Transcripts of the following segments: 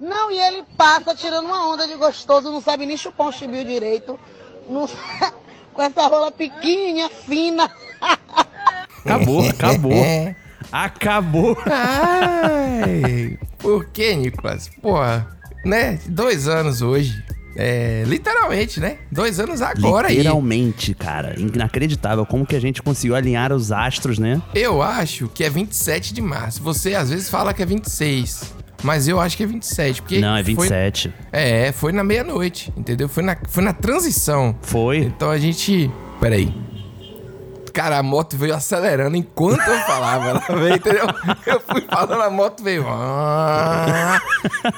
Não, e ele passa tirando uma onda de gostoso, não sabe nem chupar um chibio direito. Não... Com essa rola pequenininha, fina. Acabou, acabou. É, Acabou. Ai, por que, Nicolas? Porra, né? Dois anos hoje. É, literalmente, né? Dois anos agora aí. Literalmente, cara. Inacreditável como que a gente conseguiu alinhar os astros, né? Eu acho que é 27 de março. Você às vezes fala que é 26. Mas eu acho que é 27, porque... Não, é foi- 27. é, foi na meia-noite, entendeu? Foi na, foi na transição. Foi. Então a gente... Peraí. Cara, a moto veio acelerando enquanto eu falava. Ela veio, entendeu? Eu fui falando, a moto veio... Ah,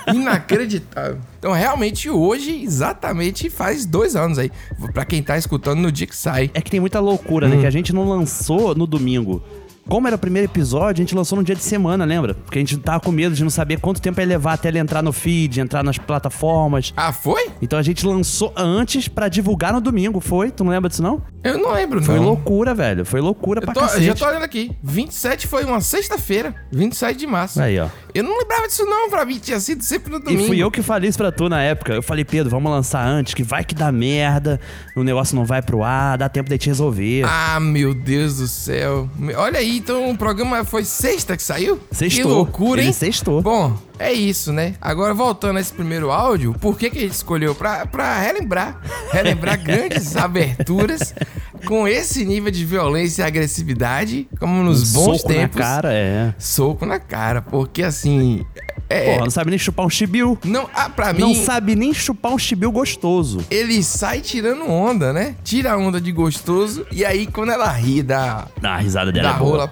Inacreditável. Então, realmente, hoje, exatamente, faz dois anos aí. Pra quem tá escutando no dia que sai. É que tem muita loucura, Hum. né? Que a gente não lançou no domingo. Como era o primeiro episódio, a gente lançou no dia de semana, lembra? Porque a gente tava com medo de não saber quanto tempo ia levar até ele entrar no feed, entrar nas plataformas. Ah, foi? Então a gente lançou antes pra divulgar no domingo, foi? Tu não lembra disso não? Eu não lembro, Foi não. loucura, velho. Foi loucura Eu pra tô- eu cacete. já tô olhando aqui. 27 foi uma sexta-feira. 27 de março. Aí, ó. Eu não lembrava disso, não. Pra mim tinha sido sempre no domingo. E fui eu que falei isso pra tu na época. Eu falei, Pedro, vamos lançar antes, que vai que dá merda, o negócio não vai pro ar, dá tempo de te resolver. Ah, meu Deus do céu. Me- Olha aí, então o programa foi sexta que saiu? Sextou. Que loucura, hein? Ele sextou. Bom, é isso, né? Agora, voltando a esse primeiro áudio, por que, que a gente escolheu? Pra, pra relembrar. Relembrar grandes aberturas com esse nível de violência e agressividade, como nos bons Um Soco tempos. na cara, é. Soco na cara, porque assim. É, Porra, não sabe nem chupar um chibiu. Não, ah, pra mim, Não sabe nem chupar um chibiu gostoso. ele sai tirando onda, né? Tira a onda de gostoso. E aí, quando ela ri da, Ah, a risada dela da é boa. rola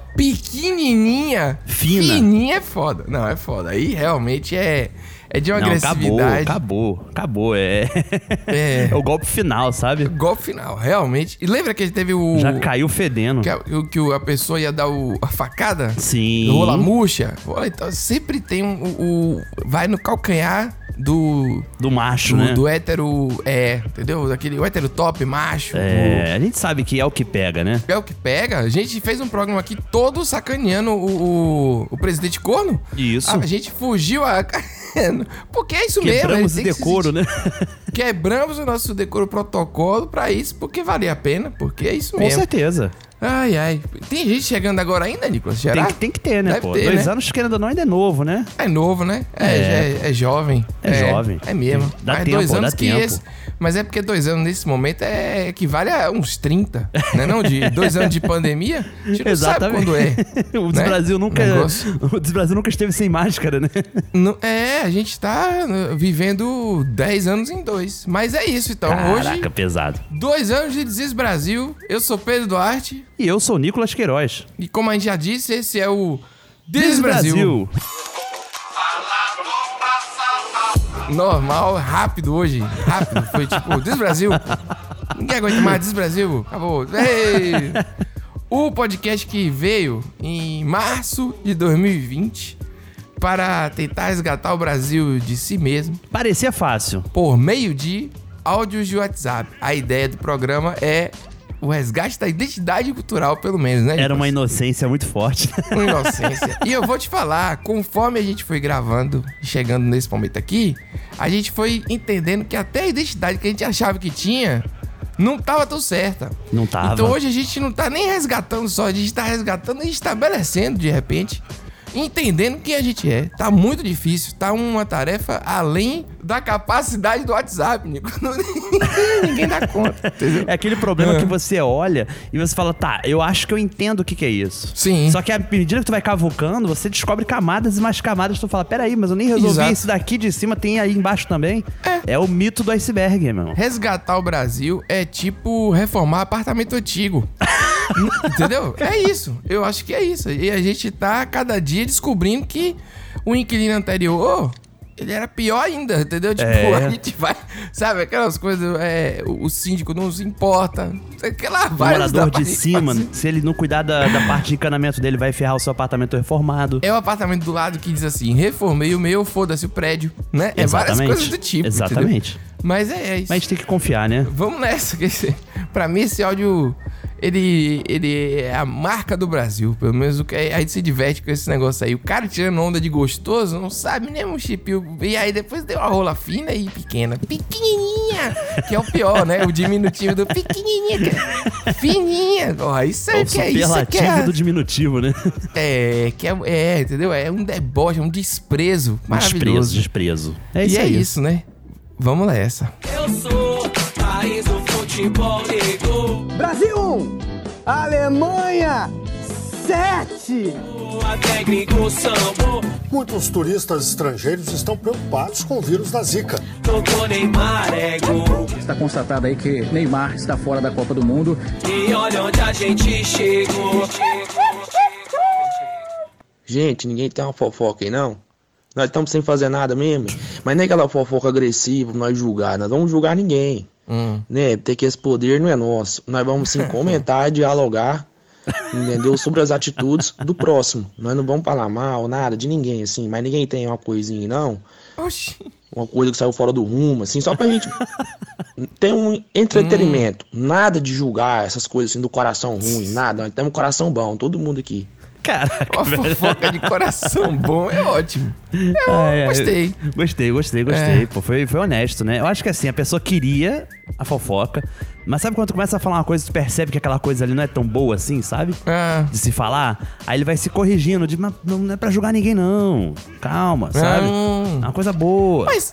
pequenininha, Fina. fininha é foda. Não, é foda. Aí realmente é, é de uma Não, acabou, agressividade. acabou, acabou. É... É. um é o golpe final, sabe? Golpe final, realmente. E lembra que ele teve o. Já caiu fedendo. Que a, o- que o- a pessoa ia dar o, a facada? Sim. Rola murcha? Rola, então sempre tem um- o- o. Vai no calcanhar do. Do macho, Do, né? do hétero. É, entendeu? Daquele, o hétero top, macho. o- É, a gente sabe que é o que pega, né? É o que pega. A gente fez um programa aqui todo sacaneando o, o, o presidente corno. Isso. A gente fugiu a. porque é isso Quebramos mesmo. o decoro, né? né? Quebramos o nosso decoro protocolo pra isso, porque valia a pena, porque é isso Com mesmo. certeza. Ai, ai. Tem gente chegando agora ainda, Nicolas? Tem Será? que, tem que ter, né, Deve pô? ter, Dois né? anos, querendo ou não, ainda é novo, né? É novo, né? É, É. é, é jovem. É jovem. É mesmo. Dá Mas tempo, dois dá anos que tempo. esse. Mas é porque dois anos nesse momento é equivale a uns 30, né? Não, de dois anos de pandemia, a gente não sabe quando é. o né? Desbrasil nunca. Negócio. O Desbrasil nunca esteve sem máscara, né? Não- é, a gente tá né, vivendo 10 anos em dois. Mas é isso, então. Caraca, Hoje, pesado. dois anos de Desis Brasil. Eu sou Pedro Duarte. E eu sou o Nicolas Queiroz. E como a gente já disse, esse é o Desis Brasil. Normal, rápido hoje. Rápido. Foi tipo, Desis Brasil. Ninguém aguenta mais, Desis Brasil. Acabou. Ei! O podcast que veio em março de 2020 para tentar resgatar o Brasil de si mesmo. Parecia fácil. por meio de áudios de WhatsApp. A ideia do programa é o resgate da identidade cultural, pelo menos, né? Era uma Nicolas? inocência muito forte. né? Uma inocência. e eu vou te falar, conforme a gente foi gravando, chegando nesse momento aqui, a gente foi entendendo que até a identidade que a gente achava que tinha não tava tão certa. Não tava. Então hoje a gente não tá nem resgatando só, a gente tá resgatando e estabelecendo de repente, entendendo quem a gente é. Tá muito difícil, tá uma tarefa além da capacidade do WhatsApp, Nico. Ninguém dá conta. entendeu? É aquele problema que você olha e você fala, tá, eu acho que eu entendo o que, que é isso. Sim. Só que à medida que tu vai cavucando, você descobre camadas e mais camadas. Tu fala, peraí, mas eu nem resolvi Exato. isso daqui de cima, tem aí embaixo também. É, o mito do iceberg, meu irmão. É, Resgatar o Brasil é tipo reformar apartamento antigo. Entendeu? É isso. Eu acho que é isso. E a gente tá cada dia descobrindo que o inquilino anterior. Ele era pior ainda, entendeu? Tipo, É. a gente vai. Sabe, aquelas coisas. É, o o síndico não se importa. Aquela O vai morador de cima, né? se ele não cuidar da, da parte de encanamento dele, vai ferrar o seu apartamento reformado. É o apartamento do lado que diz assim: reformei o meu, foda-se o prédio. Né? É várias coisas do tipo. entendeu? Exatamente. Mas é, é isso. Mas a gente tem que confiar, né? Vamos nessa. que esse- pra mim, esse áudio ele, ele é a marca do Brasil, pelo menos o que é, a gente se diverte com esse negócio aí. O cara tirando onda de gostoso, não sabe nem um chipio. E aí depois deu uma rola fina e pequena. Pequenininha! Que é o pior, né? O diminutivo do pequenininha. que é Fininha! Ó, isso é É o o que é isso que superlativo é. do diminutivo, né? É, que é, é, entendeu? É um deboche, é um desprezo Desprezo, maravilhoso. desprezo. É isso e é aí. isso, né? Vamos nessa. Eu sou país do futebol negro. Brasil 1, Alemanha 7. Até gringo sambou. Muitos turistas estrangeiros estão preocupados com o vírus da Zika. Tocou Neymar é gol. Está constatado aí que Neymar está fora da Copa do Mundo. E olha onde a gente chegou. Gente, ninguém tem uma fofoca aí, não? Nós estamos sem fazer nada mesmo. Mas não é aquela fofoca agressiva pra nós julgar. Nós vamos julgar ninguém. Né? Porque esse poder não é nosso. Nós vamos sim comentar, dialogar, entendeu? Sobre as atitudes do próximo. Nós não vamos falar mal, nada, de ninguém, assim. Mas ninguém tem uma coisinha, aí, não. Oxi. Uma coisa que saiu fora do rumo, assim, só pra gente ter um entretenimento. Nada de julgar essas coisas assim do coração ruim, nada. Nós temos um coração bom, todo mundo aqui. Caraca, Uma fofoca de coração bom é ótimo. Eu É, é. gostei. Gostei, gostei, gostei. É. Pô, foi, foi honesto, né? Eu acho que assim, a pessoa queria a fofoca, mas sabe quando tu começa a falar uma coisa, tu percebe que aquela coisa ali não é tão boa assim, sabe? Ah, De se falar, aí ele vai se corrigindo, de, mas não é pra julgar ninguém, não. Calma, sabe? Hum. É uma coisa boa. mas,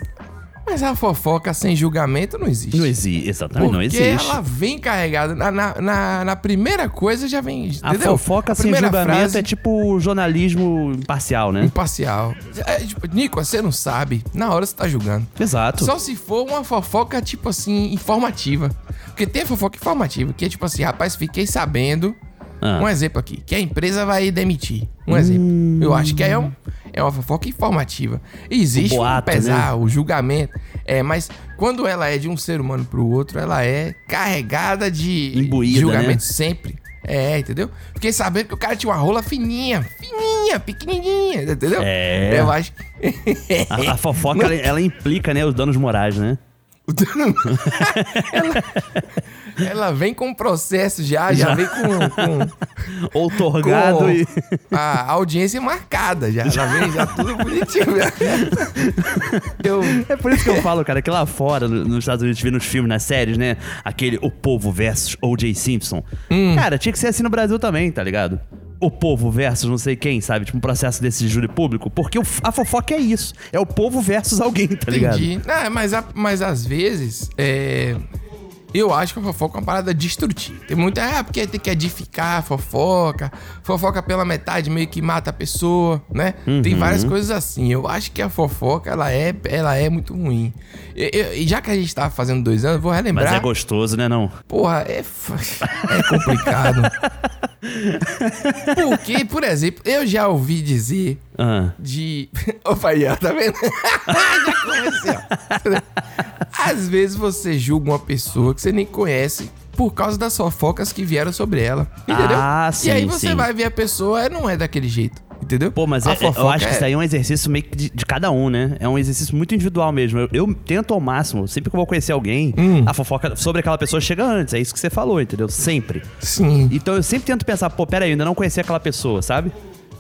mas a fofoca sem julgamento não existe. Não existe, exatamente, Porque não existe. ela vem carregada. Na, na, na- na primeira coisa já vem. A entendeu? fofoca A sem primeira julgamento frase, é tipo jornalismo imparcial, né? Imparcial. É, tipo, Nico, você não sabe. Na hora você tá julgando. Exato. Só se for uma fofoca, tipo assim, informativa. Porque tem a fofoca informativa, que é tipo assim, rapaz, fiquei sabendo. Ah. Um exemplo aqui, que a empresa vai demitir. Um exemplo. Eu acho que aí é, um, é uma fofoca informativa. Existe O o boato, né? pesar, o julgamento. É, mas quando ela é de um ser humano pro outro, ela é carregada de Imbuída, julgamento né? sempre. É, entendeu? Fiquei sabendo que o cara tinha uma rola fininha, fininha, pequenininha, entendeu? É. Eu acho que. A, a fofoca, ela, ela implica, né, os danos morais, né? Ela vem com um processo já, já, vem com, com, Outorgado com e. a audiência marcada já. Ela vem já tudo bonitinho. já. Eu, É por isso que eu falo, cara, que lá fora, no- nos Estados Unidos, vendo nos filmes, nas séries, né? Aquele O Povo versus O.J. Simpson. Hum. Cara, tinha que ser assim no Brasil também, tá ligado? O povo versus não sei quem, sabe? Tipo, um processo desse de júri público. Porque o f- a fofoca é isso. É o povo versus alguém, tá ligado? entendi. Ah, mas, a- mas às vezes, é, eu acho que a fofoca é uma parada destrutiva. Tem muita, ah, porque tem que edificar a fofoca, fofoca pela metade meio que mata a pessoa, né? Uhum. Tem várias coisas assim. Eu acho que a fofoca, ela é, ela é muito ruim. E- eu- E já que a gente tava fazendo dois anos, vou Mas relembrar. é gostoso, né, não? Porra, é, f- é complicado. Porque, por exemplo, eu já ouvi dizer Ah. de. Opa, aí, ó, tá vendo? já comecei, ó. Às vezes você julga uma pessoa que você nem conhece por causa das fofocas que vieram sobre ela. Entendeu? Ah, sim, e aí você sim. vai ver a pessoa, não é daquele jeito. Entendeu? Pô, mas A é- é- eu fofoca acho que é- isso aí é um exercício meio que de, de cada um, né? É um exercício muito individual mesmo. Eu, eu tento ao máximo, sempre que eu vou conhecer alguém, Hum. a fofoca sobre aquela pessoa chega antes. É isso que você falou, entendeu? Sempre. Sim. Então eu sempre tento pensar, pô, peraí, eu ainda não conheci aquela pessoa, sabe?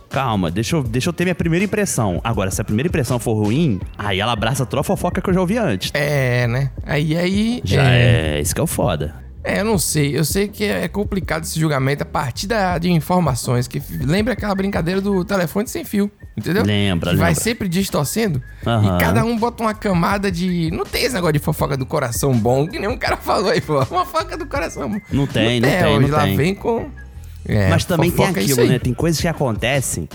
Calma, deixa eu, deixa eu ter minha primeira impressão. Agora, se a primeira impressão for ruim, aí ela abraça toda a fofoca que eu já ouvi antes. É, né? Aí aí. Já é. Isso que é o foda. É, eu não sei. Eu sei que é complicado esse julgamento a partir da- de informações. que f- Lembra aquela brincadeira do telefone sem fio, entendeu? Lembra, que Vai lembra. sempre distorcendo. Aham. E cada um bota uma camada de... Não tem esse negócio de fofoca do coração bom, que nenhum cara falou aí, pô. Fofoca do coração bom. É, Não tem, não tem, hoje não lá tem. vem com... É, Mas também tem fofoca é isso aquilo, aí. né? Tem coisas que acontecem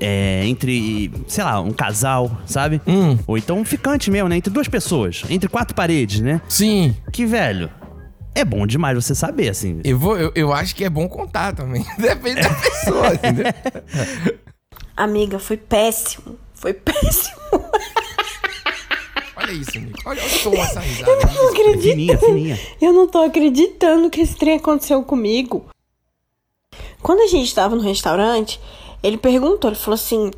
é, entre, sei lá, um casal, sabe? Hum. Ou então um ficante mesmo, né? Entre duas pessoas, entre quatro paredes, né? Sim, Que, velho, é bom demais você saber, assim. eu, vou, eu, eu acho que é bom contar também. Depende da pessoa, entendeu? Amiga, foi péssimo. Foi péssimo. Olha isso, Nico. Olha, olha o tom essa risada. Não acredito. É Fininha, fininha. Eu não tô acreditando que esse trem aconteceu comigo. Quando a gente tava no restaurante, ele perguntou, ele falou assim: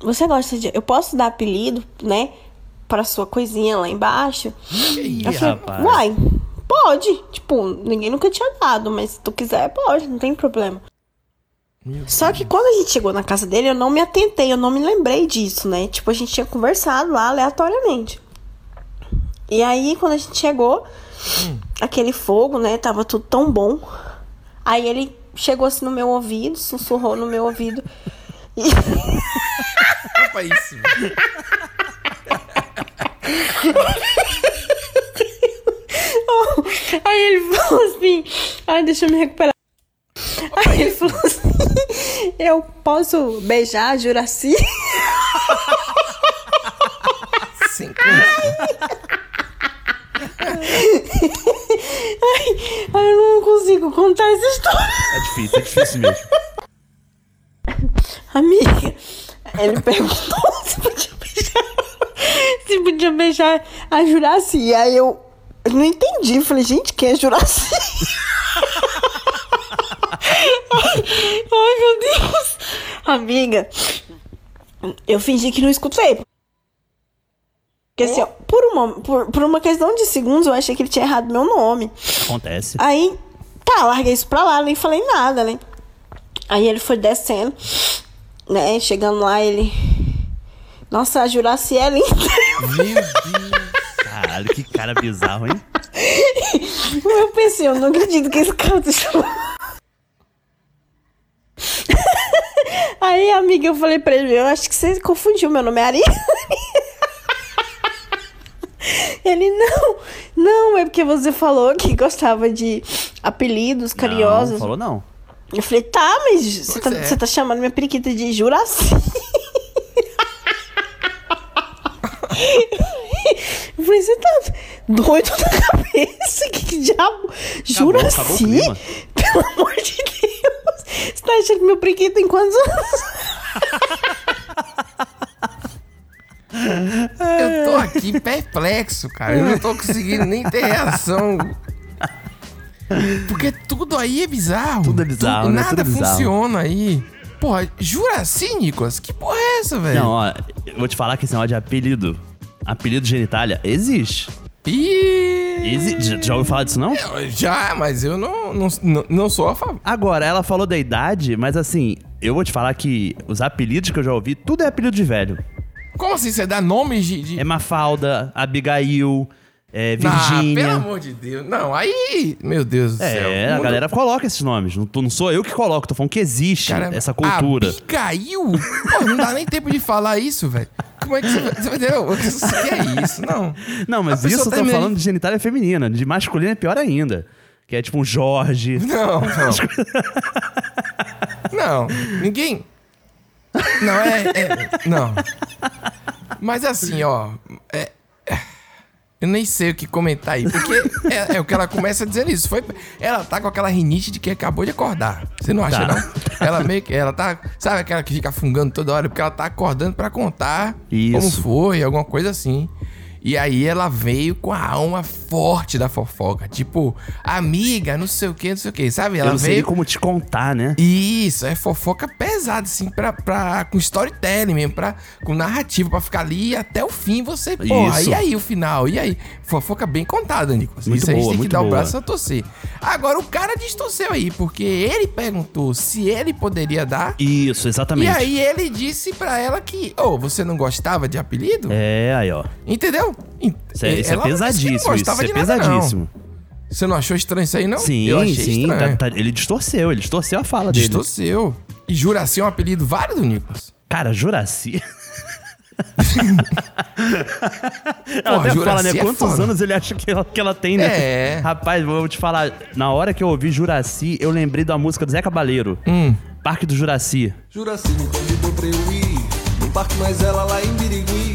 Você gosta de. Eu posso dar apelido, né? Pra sua coisinha lá embaixo? Ih, Eu falei, rapaz. uai, Pode. Tipo, ninguém nunca tinha dado, mas se tu quiser, pode, não tem problema. Só que quando a gente chegou na casa dele, eu não me atentei, eu não me lembrei disso, né? Tipo, a gente tinha conversado lá aleatoriamente. E aí, quando a gente chegou, aquele fogo, né? Tava tudo tão bom. Aí ele chegou assim no meu ouvido, sussurrou no meu ouvido. E... Opa, isso. velho. Aí ele falou assim: Ai, deixa eu me recuperar. Aí ele falou assim: Eu posso beijar assim?" Juraci? Sem condição. Ai, ai, eu não consigo contar essa história. É difícil, é difícil mesmo. Amiga, ele perguntou se podia beijar, se podia beijar a Juraci. Aí eu não entendi. Falei: Gente, quem é Juraci? ai, ai, meu Deus. Amiga, eu fingi que não escutei. Porque assim, ó, por uma, por, por uma questão de segundos, eu achei que ele tinha errado meu nome. Acontece. Aí, tá, larguei isso pra lá, nem falei nada, né? Aí ele foi descendo, né? Chegando lá, ele. Nossa, a Juraci é linda. Meu Deus. Caralho, que cara bizarro, hein? Eu pensei, eu não acredito que esse cara tá chamando. Aí, amiga, eu falei pra ele, eu acho que você confundiu, meu nome é Ari. Ele, não, não, é porque você falou que gostava de apelidos Não, carinhosos. falou não. Eu falei, tá, mas você tá, é. você tá chamando minha periquita de Juraci. Eu falei, você tá doido da cabeça? Que diabo? Juraci? acabou o clima. Pelo amor de Deus. Você tá achando que meu periquito tem quantos anos? Eu tô aqui perplexo, cara. Eu não tô conseguindo nem ter reação. Porque tudo aí é bizarro. Tudo é bizarro, né? Nada Tudo é bizarro. funciona aí. Porra, Juraci, Nicolas? Que porra é essa, velho? Não, ó, eu vou te falar que esse negócio de apelido. Apelido genitália existe. Ih, Exi- Já, já ouviu falar disso, não? Já, mas eu não, não, não, não sou a favor. Agora, ela falou da idade, mas assim, eu vou te falar que os apelidos que eu já ouvi, tudo é apelido de velho. Como assim? Você dá nomes de. de... É Mafalda, Abigail, é Ah, pelo Virgínia. amor de Deus. Não, aí. Meu Deus do céu. é, a Mundo- galera coloca esses nomes. Não, tô- não sou eu que coloco, tô falando que existe Cara, essa cultura. Abigail? Ah, Pô, não dá nem tempo de falar isso, velho. Como é que você. você entendeu? O que é isso? Não. Não, mas A pessoa isso eu tô termina de- falando de genitália feminina. De masculina é pior ainda. Que é tipo um Jorge. Não, não. não, ninguém. Não, é, é- Não. Mas assim, ó. é- eu nem sei o que comentar aí. Porque é, é o que ela começa dizendo isso. Foi, ela tá com aquela rinite de que acabou de acordar. Você não acha, Tá. não? Ela meio que. Ela tá. Sabe aquela que fica afungando toda hora? Porque ela tá acordando pra contar como Isso. foi, alguma coisa assim. E aí ela veio com a alma forte da fofoca. Tipo, amiga, não sei o que, não sei o que. Sabe? Ela eu não sei nem veio. como te contar, né? Isso, é fofoca pesada, assim, pra, pra, com storytelling mesmo, pra, com narrativa, pra ficar ali até o fim você, porra, Isso. e aí o final? E aí? Fofoca bem contada, Nicolas. Muito Isso a gente boa, tem que muito dar o boa. braço a torcer. Agora, o cara distorceu aí, porque ele perguntou se ele poderia dar, Isso, e exatamente. aí ele disse pra ela que, ô, você não gostava de apelido? É, aí, ó. Entendeu? Ent- Isso é, isso é ela não disse que não pesadíssimo. Isso, gostava é de nada, não. pesadíssimo. Você não achou estranho isso aí, não? Eu Sim, achei sim. estranho. tá- tá- ele distorceu, ele distorceu a fala dele. Distorceu. E Juraci é um apelido válido, Nicolas? Cara, Juraci. Porra, ela até fala, Juraci né? é Quantos foda. anos ele acha que ela, que ela tem, né? É. Rapaz, vou te falar. Na hora que eu ouvi Juraci, eu lembrei da música do Zé Cabaleiro. Parque do Juraci. Juraci me convidou pra eu ir Num parque, mas ela lá em Birigui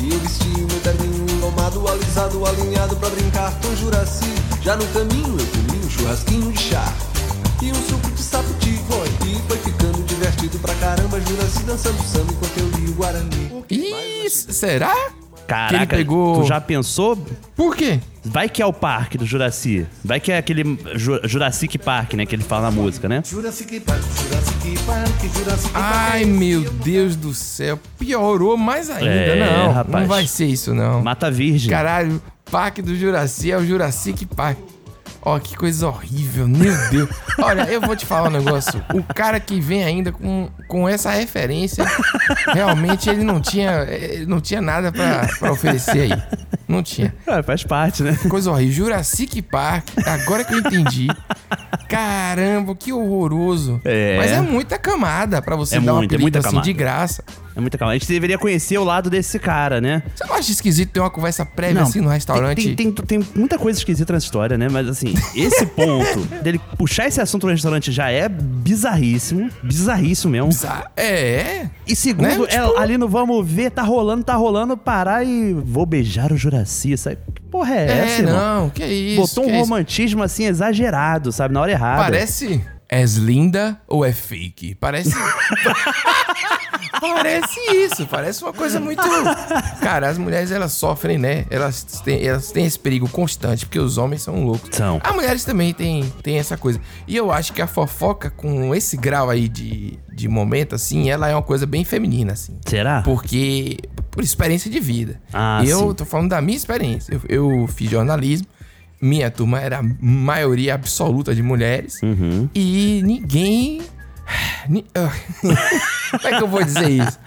E eu vesti o meu terninho engomado, alisado, alinhado Pra brincar com Juraci Já no caminho eu comi um churrasquinho de chá E um suco de sapo de foi E foi ficando divertido pra caramba Juraci dançando samba enquanto eu li o Guarani Ih, será? Que ele Caraca, pegou- tu já pensou? Por quê? Vai que é o parque do Juraci. Vai que é aquele Ju- Jurassic Park, né? Que ele fala na música, né? Juraci que parque, Juraci Parque, Parque Jurassic Ai, meu Deus do céu. Piorou mais ainda. É, não, rapaz. não vai ser isso, não. Mata virgem. Caralho, Parque do Juraci é o Jurassic Park. Ó, que coisa horrível, meu Deus. Olha, eu vou te falar um negócio. O cara que vem ainda com, com essa referência, realmente ele não tinha, ele não tinha nada pra, pra oferecer aí. Não tinha. É, faz parte, né? Coisa horrível. Jurassic Park, agora que eu entendi. Caramba, que horroroso. É. Mas é muita camada pra você É dar uma muita, é muita assim camada. de graça. É muita calma. A gente deveria conhecer o lado desse cara, né? Você não acha esquisito ter uma conversa prévia assim no tem- restaurante? Tem, tem, tem muita coisa esquisita nessa história, né? Mas assim, esse ponto dele puxar esse assunto no restaurante já é bizarríssimo. Bizarríssimo mesmo. É. E segundo, Né? é, Tipo- ali no vamos ver, tá rolando, tá rolando, parar e vou beijar o Juraci, sabe? Que porra é, É, essa, irmão? não, que isso, Botou que é um isso. romantismo assim exagerado, sabe? Na hora errada. Parece. És linda ou é fake? Parece. parece isso, parece uma coisa muito. Cara, as mulheres elas sofrem, né? Elas têm, elas têm esse perigo constante, porque os homens são loucos. São. As mulheres também têm, têm essa coisa. E eu acho que a fofoca, com esse grau aí de, de momento, assim, ela é uma coisa bem feminina, assim. Será? Porque. Por experiência de vida. Ah, eu sim. tô falando da minha experiência. Eu, eu fiz jornalismo, minha turma era a maioria absoluta de mulheres. Uhum. E ninguém. ni- ah, como é que eu vou dizer isso?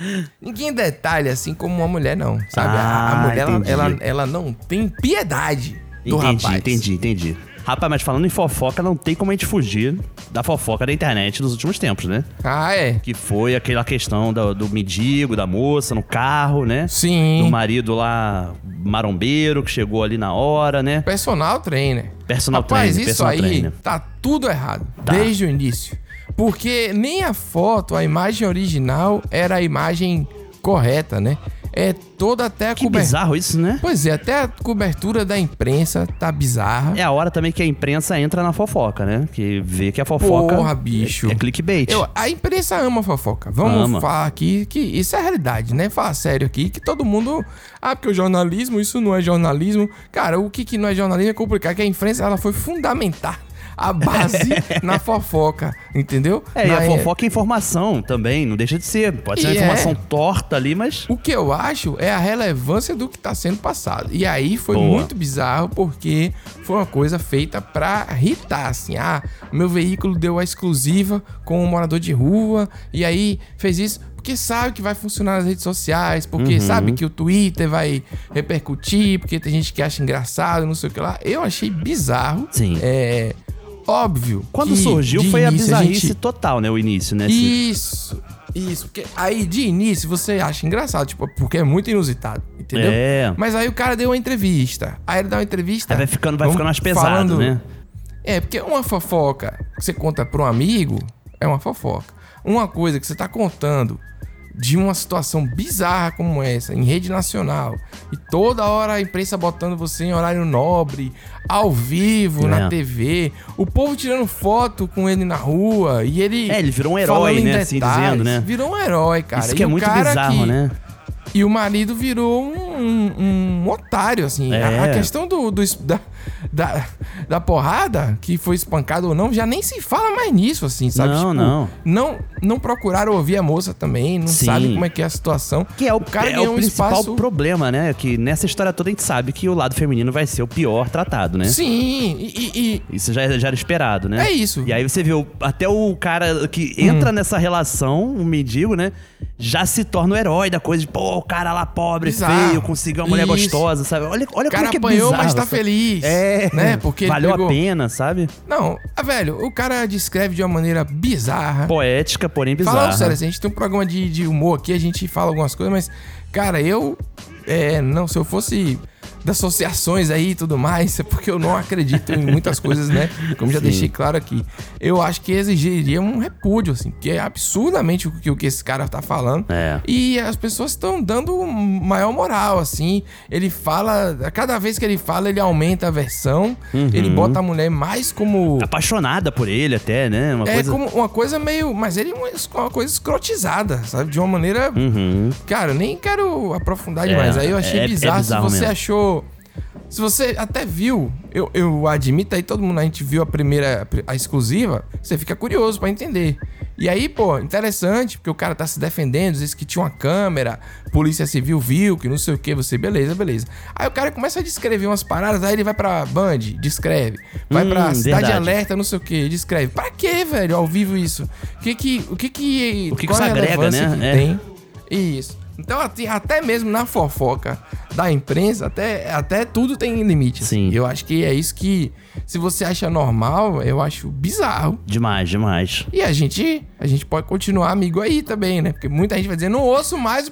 Ninguém detalha assim como uma mulher, não. Sabe? A- a, Ah, mulher, ela, entendi. ela, ela não tem piedade do entendi, rapaz. entendi, entendi. Rapaz, mas falando em fofoca, não tem como a gente fugir da fofoca da internet dos últimos tempos, né? Ah, é. Que foi aquela questão do, do mendigo, da moça no carro, né? Sim. Do marido lá, marombeiro, que chegou ali na hora, né? Personal trainer. Personal Rapaz, trainer, isso personal aí trainer. tá tudo errado. Tá. Desde o início. Porque nem a foto, a imagem original era a imagem correta, né? É toda até a Que cobertura. bizarro isso, né? Pois é, até a cobertura da imprensa tá bizarra. É a hora também que a imprensa entra na fofoca, né? Que vê que a fofoca. Porra, bicho. É, é clickbait. Eu- a imprensa ama fofoca. Vamos Ama. falar aqui que isso é realidade, né? Falar sério aqui que todo mundo. Ah, porque o jornalismo, isso não é jornalismo. Cara, o que, que não é jornalismo é complicado, que a imprensa ela foi fundamentar a base na fofoca, entendeu? É, e Na- a fofoca é informação também, não deixa de ser. Pode ser uma E é. informação torta ali, mas. O que eu acho é a relevância do que tá sendo passado. E aí foi Boa. muito bizarro porque foi uma coisa feita pra irritar, assim. Ah, meu veículo deu a exclusiva com um morador de rua e aí fez isso porque sabe que vai funcionar nas redes sociais, porque sabe que o Twitter vai repercutir, porque tem gente que acha engraçado, não sei o que lá. Eu achei bizarro. Sim. É óbvio. Quando que surgiu de foi a início gente- bizarrice total, né? O início, né? Esse- isso, isso. Porque aí de início você acha engraçado, tipo, porque é muito inusitado, entendeu? É. Mas aí o cara deu uma entrevista. Aí ele dá uma entrevista. Aí vai ficando, vai vamos ficando mais pesado, falando- né? É, porque uma fofoca que você conta pra um amigo é uma fofoca. Uma coisa que você tá contando de uma situação bizarra como essa, em rede nacional, e toda hora a imprensa botando você em horário nobre, ao vivo, É. na TV, o povo tirando foto com ele na rua, e ele. É, ele virou um falando herói, em né, assim detalhes, dizendo, né? Virou um herói, cara. Isso que E é o muito cara bizarro, que- né? e o marido virou um, um- um otário, assim. É. A, a questão do, do es- da, da, da porrada, que foi espancado ou não, já nem se fala mais nisso, assim, sabe? Não, não. não. Não procuraram ouvir a moça também, não Sim. sabe como é que é a situação. Que é o, cara é ganhou um o principal problema, né? Que nessa história toda a gente sabe que o lado feminino vai ser o pior tratado, né? Sim, e- e- e Isso já, já era esperado, né? É isso. E aí você vê, o- até o cara que entra nessa relação, o mendigo, né? Já se torna o herói da coisa de, pô, o cara lá pobre, Bizarro. feio, conseguiu uma mulher Isso. gostosa, sabe? Olha, olha O cara como é que é apanhou, bizarro, mas tá sabe? feliz. É, Né? Porque ele Valeu pegou- a pena, sabe? Não, ah, velho, o cara descreve de uma maneira bizarra. Poética, porém bizarra. Falando sério, assim, a gente tem um programa de, de humor aqui, a gente fala algumas coisas, mas, cara, eu. É, não, se eu fosse das associações aí e tudo mais, é porque eu não acredito em muitas coisas, né? Como já Sim. deixei claro aqui. Eu acho que exigiria um repúdio, assim, porque é absurdamente o que, o que esse cara tá falando. É. E as pessoas estão dando maior moral, assim. Ele fala, a cada vez que ele fala, ele aumenta a versão, Uhum. ele bota a mulher mais como Apaixonada por ele até, né? Uma é coisa... como uma coisa meio. Mas ele é uma, es- uma coisa escrotizada, sabe? De uma maneira. Cara, eu nem quero aprofundar Uhum. É, demais. Aí eu achei é- é bizarro. bizarro Se você mesmo. achou. Se você até viu, eu, eu admito aí, todo mundo a gente viu a primeira, a exclusiva, você fica curioso pra entender. E aí, pô, interessante, porque o cara tá se defendendo, diz que tinha uma câmera, polícia civil viu, que não sei o que, você, beleza, beleza. Aí o cara começa a descrever umas paradas, aí ele vai pra Band, descreve. Vai Hum, pra Cidade verdade. Alerta, não sei o que, descreve. Pra quê, velho, ao vivo isso? O que que... O que que... O que que qual isso a agrega, relevância né? que É. tem? Isso. Então, até- até mesmo na fofoca da imprensa, até, até tudo tem limite. Sim. Eu acho que é isso que, se você acha normal, eu acho bizarro. Demais, demais. E a gente, a gente pode continuar amigo aí também, né? Porque muita gente vai dizer, não ouço mais o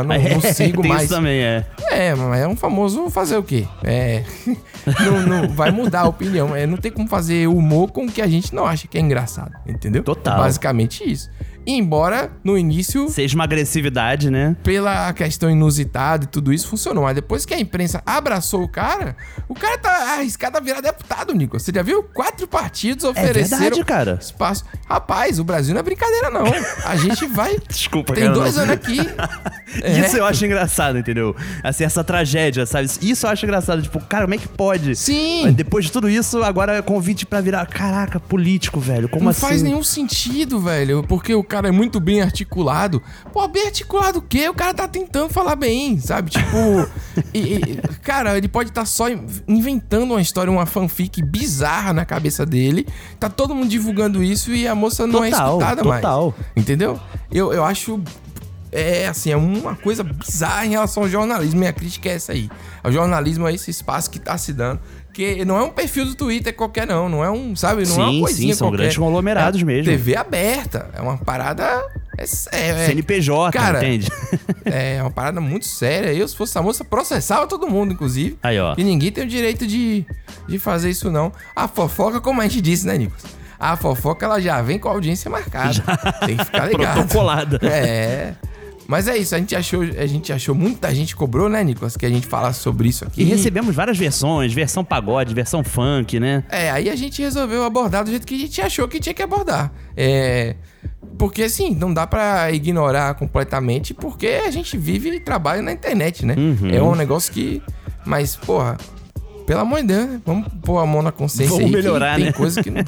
não, não sigo é, tem mais. Isso também é. É, mas é um famoso fazer o quê? É. Não, não- vai mudar a opinião. É, não tem como fazer humor com o que a gente não acha que é engraçado, entendeu? Total. Basicamente isso. Embora no início. Seja uma agressividade, né? Pela questão inusitada e tudo isso funcionou. Mas depois que a imprensa abraçou o cara, o cara tá arriscado a virar deputado, Nico. Você já viu? Quatro partidos ofereceram É verdade, cara. espaço. Rapaz, o Brasil não é brincadeira, não. A gente vai. Desculpa, Tem cara, dois não. anos né? aqui. É. Isso eu acho engraçado, entendeu? Assim, essa tragédia, sabe? Isso eu acho engraçado. Tipo, cara, como é que pode? Sim! Depois de tudo isso, agora é convite pra virar. Caraca, político, velho. Como não assim? faz nenhum sentido, velho. Porque o cara é muito bem articulado. Pô, bem articulado o quê? O cara tá tentando falar bem, sabe? Tipo. e- e- cara, ele pode estar só in- inventando uma história, uma fanfic bizarra na cabeça dele. Tá todo mundo divulgando isso e a moça não é Total, escutada mais. total. Entendeu? Eu, eu acho. É assim, é uma coisa bizarra em relação ao jornalismo. Minha crítica é essa aí. O jornalismo é esse espaço que tá se dando. Que não é um perfil do Twitter qualquer, não. Não é um, sabe? Não é Sim, uma sim, coisinha são qualquer. grandes conglomerados É mesmo. TV aberta. É uma parada. É, séria, é, CNPJ, Cara, entende? é uma parada muito séria. Eu, se fosse a moça, processava todo mundo, inclusive. Aí, ó. E ninguém tem o direito de, de fazer isso, não. A fofoca, como a gente disse, né, Nicolas? A fofoca, ela já vem com a audiência marcada. Tem que ficar tá ligado. Protocolada. É. Mas é isso, a gente achou, a gente achou, muita gente cobrou, né, Nicolas, que a gente falasse sobre isso aqui. E recebemos várias versões, versão pagode, versão funk, né? É, aí a gente resolveu abordar do jeito que a gente achou que tinha que abordar. É. Porque assim, não dá pra ignorar completamente, porque a gente vive e trabalha na internet, né? Uhum. É um negócio que. Mas, porra, pelo amor de Deus, né? vamos pôr a mão na consciência Vamos aí. que melhorar, tem né? coisa que não.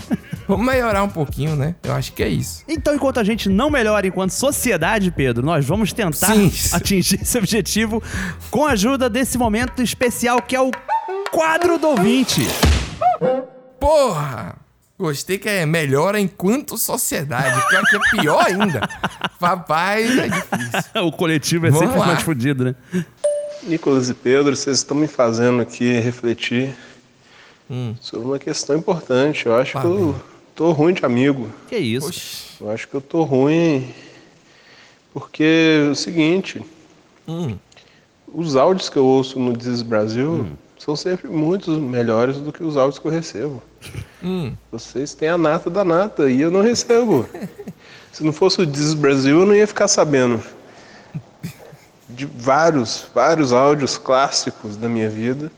Vamos melhorar um pouquinho, né? Eu acho que é isso. Então, enquanto a gente não melhora enquanto sociedade, Pedro, nós vamos tentar Sim. atingir esse objetivo com a ajuda desse momento especial que é o quadro do ouvinte. Porra! Gostei que é melhor enquanto sociedade. Pior que é pior ainda. Papai, é difícil. o coletivo é Vamos sempre lá. mais fodido, né? Nicolas e Pedro, vocês estão me fazendo aqui refletir sobre uma questão importante. Eu acho que eu tô ruim de amigo. Que isso? Eu acho que eu tô ruim porque é o seguinte, os áudios que eu ouço no Diz Brasil são sempre muito melhores do que os áudios que eu recebo. Vocês têm a nata da nata e eu não recebo. Se não fosse o Diz Brasil, eu não ia ficar sabendo de vários, vários áudios clássicos da minha vida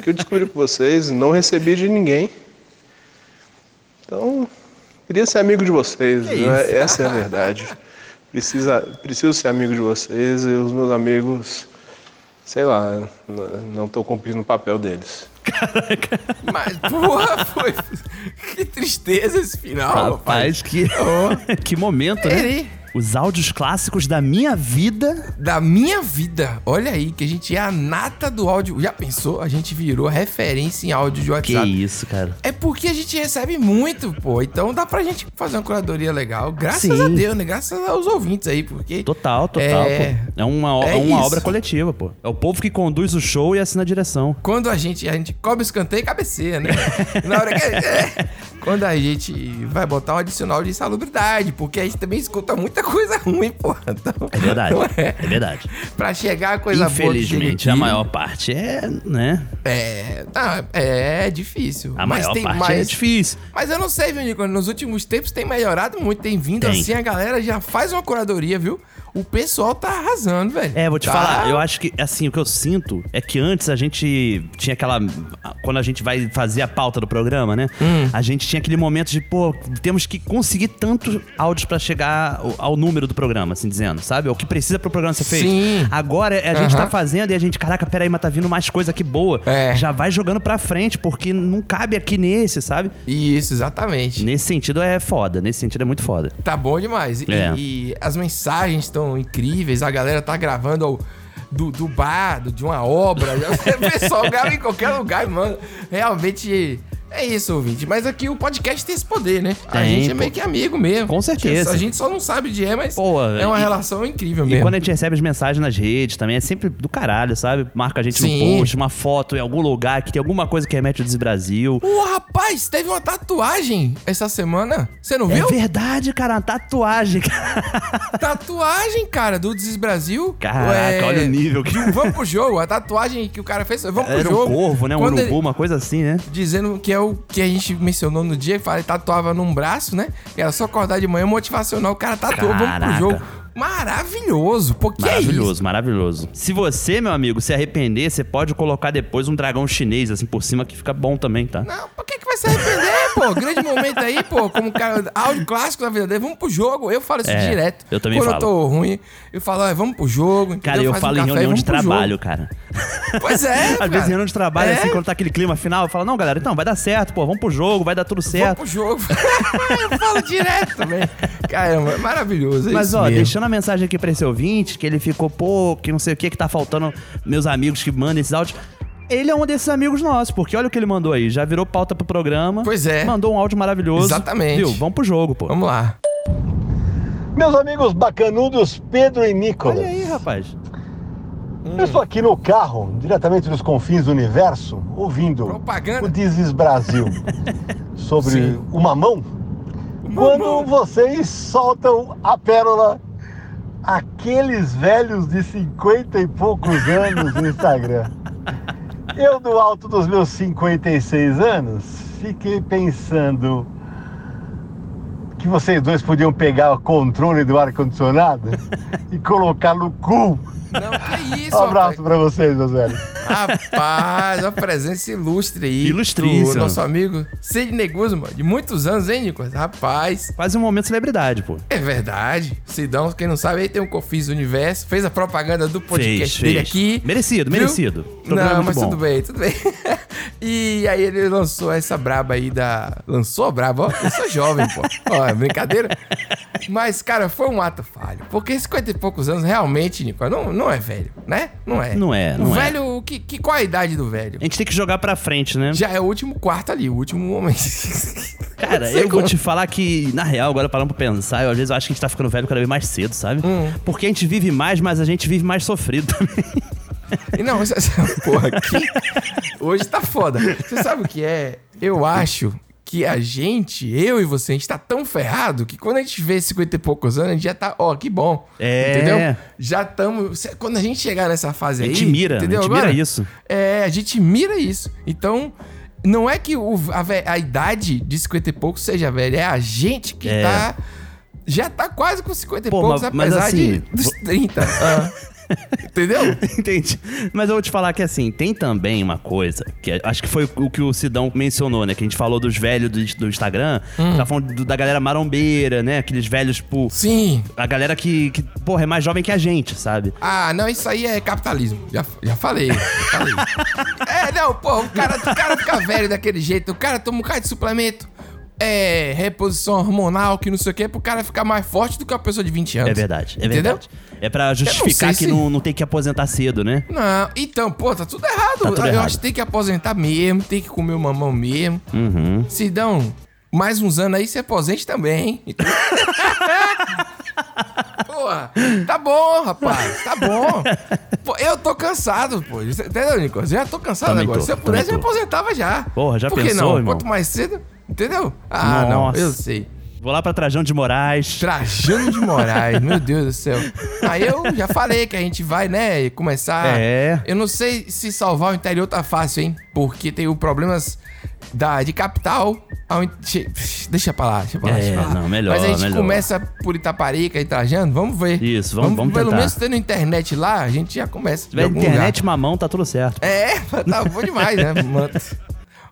que eu descobri com vocês e não recebi de ninguém. Então, queria ser amigo de vocês, Que né? isso? essa é a verdade. Precisa, preciso ser amigo de vocês e os meus amigos, sei lá, n- não estão cumprindo o papel deles. Mas, porra, foi. Que tristeza esse final. Rapaz, que, que momento, Ele- né? Os áudios clássicos da minha vida. Da minha vida. Olha aí, que a gente é a nata do áudio. Já pensou? A gente virou referência em áudio de Que WhatsApp. isso, cara. É porque a gente recebe muito, pô. Então dá pra gente fazer uma curadoria legal. Graças Sim. a Deus, né? Graças aos ouvintes aí, porque. Total, total. É. pô. é uma, É é uma isso. obra coletiva, pô. É o povo que conduz o show e assina a direção. Quando a gente, a gente cobra escanteio e cabeceia, né? Na hora que a gente, é. Quando a gente vai botar um adicional de insalubridade, porque a gente também escuta muita coisa ruim, porra. Então, É verdade. não É, verdade. Pra chegar a coisa boa. que chega Infelizmente, aqui- a maior parte é, né? É, não, é difícil. A maior parte é difícil. Mas eu não sei, viu, Nico? Nos últimos tempos tem melhorado muito, tem vindo Tem. assim, a galera já faz uma curadoria, viu? o pessoal tá arrasando, velho. É, vou te Tá. falar, eu acho que, assim, o que eu sinto é que antes a gente tinha aquela. Quando a gente vai fazer a pauta do programa, né? Hum. A gente tinha aquele momento de, pô, temos que conseguir tantos áudios pra chegar ao, ao número do programa, assim dizendo, sabe? O que precisa pro programa ser feito. Sim. Agora a gente Aham. É. tá fazendo e a gente, caraca, peraí, mas tá vindo mais coisa aqui boa. Já vai jogando pra frente, porque não cabe aqui nesse, sabe? Isso, exatamente. Nesse sentido é foda, nesse sentido é muito foda. Tá bom demais. E, É. e as mensagens estão incríveis, a galera tá gravando ao- do, do bar, do- de uma obra. o pessoal grava em qualquer lugar, mano. Realmente é isso, ouvinte. Mas aqui o podcast tem esse poder, né? a Tem, gente é pô. meio que amigo mesmo. Com certeza. A gente só não sabe de é, mas é uma e- relação incrível E mesmo. quando a gente recebe as mensagens nas redes também, é sempre do caralho, sabe? Marca a gente Sim. no post, uma foto em algum lugar que tem alguma coisa que remete ao Desbrasil. Pô, rapaz, teve uma tatuagem essa semana. Você não É viu? verdade, cara, uma tatuagem. Tatuagem, cara, do Desis Brasil. Caraca, olha o nível que- de um Vamos pro jogo, a tatuagem que é o cara fez. Vamos pro Era um jogo. corvo, né? Um Quando ele- urubu, uma coisa assim, né? Dizendo que é o que a gente mencionou no dia, que fala, ele tatuava num braço, né? Era só acordar de manhã, motivacional. O cara tatuou, vamos Caraca. pro jogo. Maravilhoso, pô, que é isso? Maravilhoso, maravilhoso. Se você, meu amigo, se arrepender, você pode colocar depois um dragão chinês assim por cima que fica bom também, tá? É, pô, grande momento aí, pô, como cara, áudio clássico da vida dele, vamos pro jogo. Eu falo isso É, direto. eu também Quando falo. eu tô ruim, eu falo, "Ah, vamos pro jogo. Cara, entendeu? eu Faz um falo em café e reunião vamos de pro jogo. trabalho, cara. Pois é, Às cara. vezes em reunião de trabalho, É. assim, quando tá aquele clima final, eu falo, não, galera, então, vai dar certo, pô, vamos pro jogo, vai dar tudo certo. Vamos pro jogo. eu falo direto, velho. Caramba, é maravilhoso. é Mas isso ó, mesmo. deixando a mensagem aqui pra esse ouvinte, que ele ficou, pô, que não sei o que que tá faltando, meus amigos que mandam esses áudios. Ele é um desses amigos nossos, porque olha o que ele mandou aí. Já virou pauta pro programa. Pois é. Mandou um áudio maravilhoso. Exatamente. Viu? Vamos pro jogo, pô. Vamos lá. Meus amigos bacanudos Pedro e Nicolas. Olha aí, rapaz. Eu estou aqui no carro, diretamente dos confins do universo, ouvindo o Dizes Brasil sobre o mamão. Quando vocês soltam a pérola, aqueles velhos de 50 e poucos anos no Instagram. Eu, do alto dos meus 56 anos, fiquei pensando que vocês dois podiam pegar o controle do ar-condicionado e colocar no cu. Que isso, Um abraço pra vocês, meus velhos. Rapaz, uma presença ilustre aí. Ilustríssima. do nosso amigo Sidney Guzman, de muitos anos, hein, Nicolas? Rapaz. Quase um momento celebridade, pô. É verdade. Sidão, quem não sabe, aí tem um Confis Universo. Fez a propaganda do podcast Fez, dele fez. aqui. Merecido, viu? merecido. Programa é Não, muito mas bom. tudo bem, tudo bem. e aí ele lançou essa braba aí da... Lançou a braba? Ó, eu sou jovem, pô. Ó, é brincadeira. Mas, cara, foi um ato falho. Porque 50 e poucos anos, realmente, Nicolas, não, não é velho, né? Não é. Não é, não o é. velho, que, que, qual a idade do velho? A gente tem que jogar pra frente, né? Já é o último quarto ali, o último momento. Cara, eu vou te falar que, na real, agora parando pra pensar, eu, às vezes eu acho que a gente tá ficando velho cada vez mais cedo, sabe? Hum. Porque a gente vive mais, mas a gente vive mais sofrido também. E Não, essa, essa porra aqui hoje tá foda. Você sabe o que é? Eu acho que a gente, eu e você, a gente tá tão ferrado que quando a gente vê 50 e poucos anos, a gente já tá, ó, que bom. É. Entendeu? Já estamos. Quando a gente chegar nessa fase A aí. gente mira, a entendeu gente agora? mira isso. É, a gente mira isso. Então. Não é que o- a, ve- a idade de 50 e poucos seja velha, é a gente que É. tá. Já tá quase com 50 e Pô, poucos, mas- mas apesar de, assim, dos vo- 30. Ah. Entendeu? Entendi. Mas eu vou te falar que assim, tem também uma coisa, que é- acho que foi o que o Sidão mencionou, né? Que a gente falou dos velhos do, do Instagram, Hum. tá falando do- da galera marombeira, né? Aqueles velhos, tipo. Sim. A galera que, que, porra, é mais jovem que a gente, sabe? Ah, não, isso aí é capitalismo. Já, já falei. já falei. é, não, pô, o cara, o cara fica velho daquele jeito. O cara toma um cara de suplemento. É, reposição hormonal, que não sei o quê, pro cara ficar mais forte do que uma pessoa de 20 anos. É verdade, é Entendeu? verdade. É pra justificar sei que se- não, não tem que aposentar cedo, né? Não, então, pô, tá tudo errado. Tá tudo Eu errado. acho que tem que aposentar mesmo, tem que comer o mamão mesmo. Uhum. Se dão mais uns anos aí, você é aposente também, hein? Então- Porra, tá bom, rapaz, tá bom. Pô, eu tô cansado, pô. Entendeu, Nicolas? Eu já tô cansado Também agora. tô, Se eu também pudesse, eu tô. aposentava já. Porra, já Por que pensou, não? irmão? Quanto mais cedo, entendeu? Ah, Nossa. não, eu sei. Vou lá pra Trajano de Moraes. Trajano de Moraes, meu Deus do céu. Aí eu já falei que a gente vai, né, começar. É. Eu não sei se salvar o interior tá fácil, hein? Porque tem o problemas da, de capital Aonde- che- Deixa pra lá, deixa pra lá. É, deixa pra lá. não, melhor, Mas a gente melhor. começa por Itaparica e Trajano, vamos ver. Isso, vamos, vamos Pelo tentar. menos tendo internet lá, a gente já começa. Se tiver internet, mamão, tá tudo certo. É, tá bom demais, né? Man-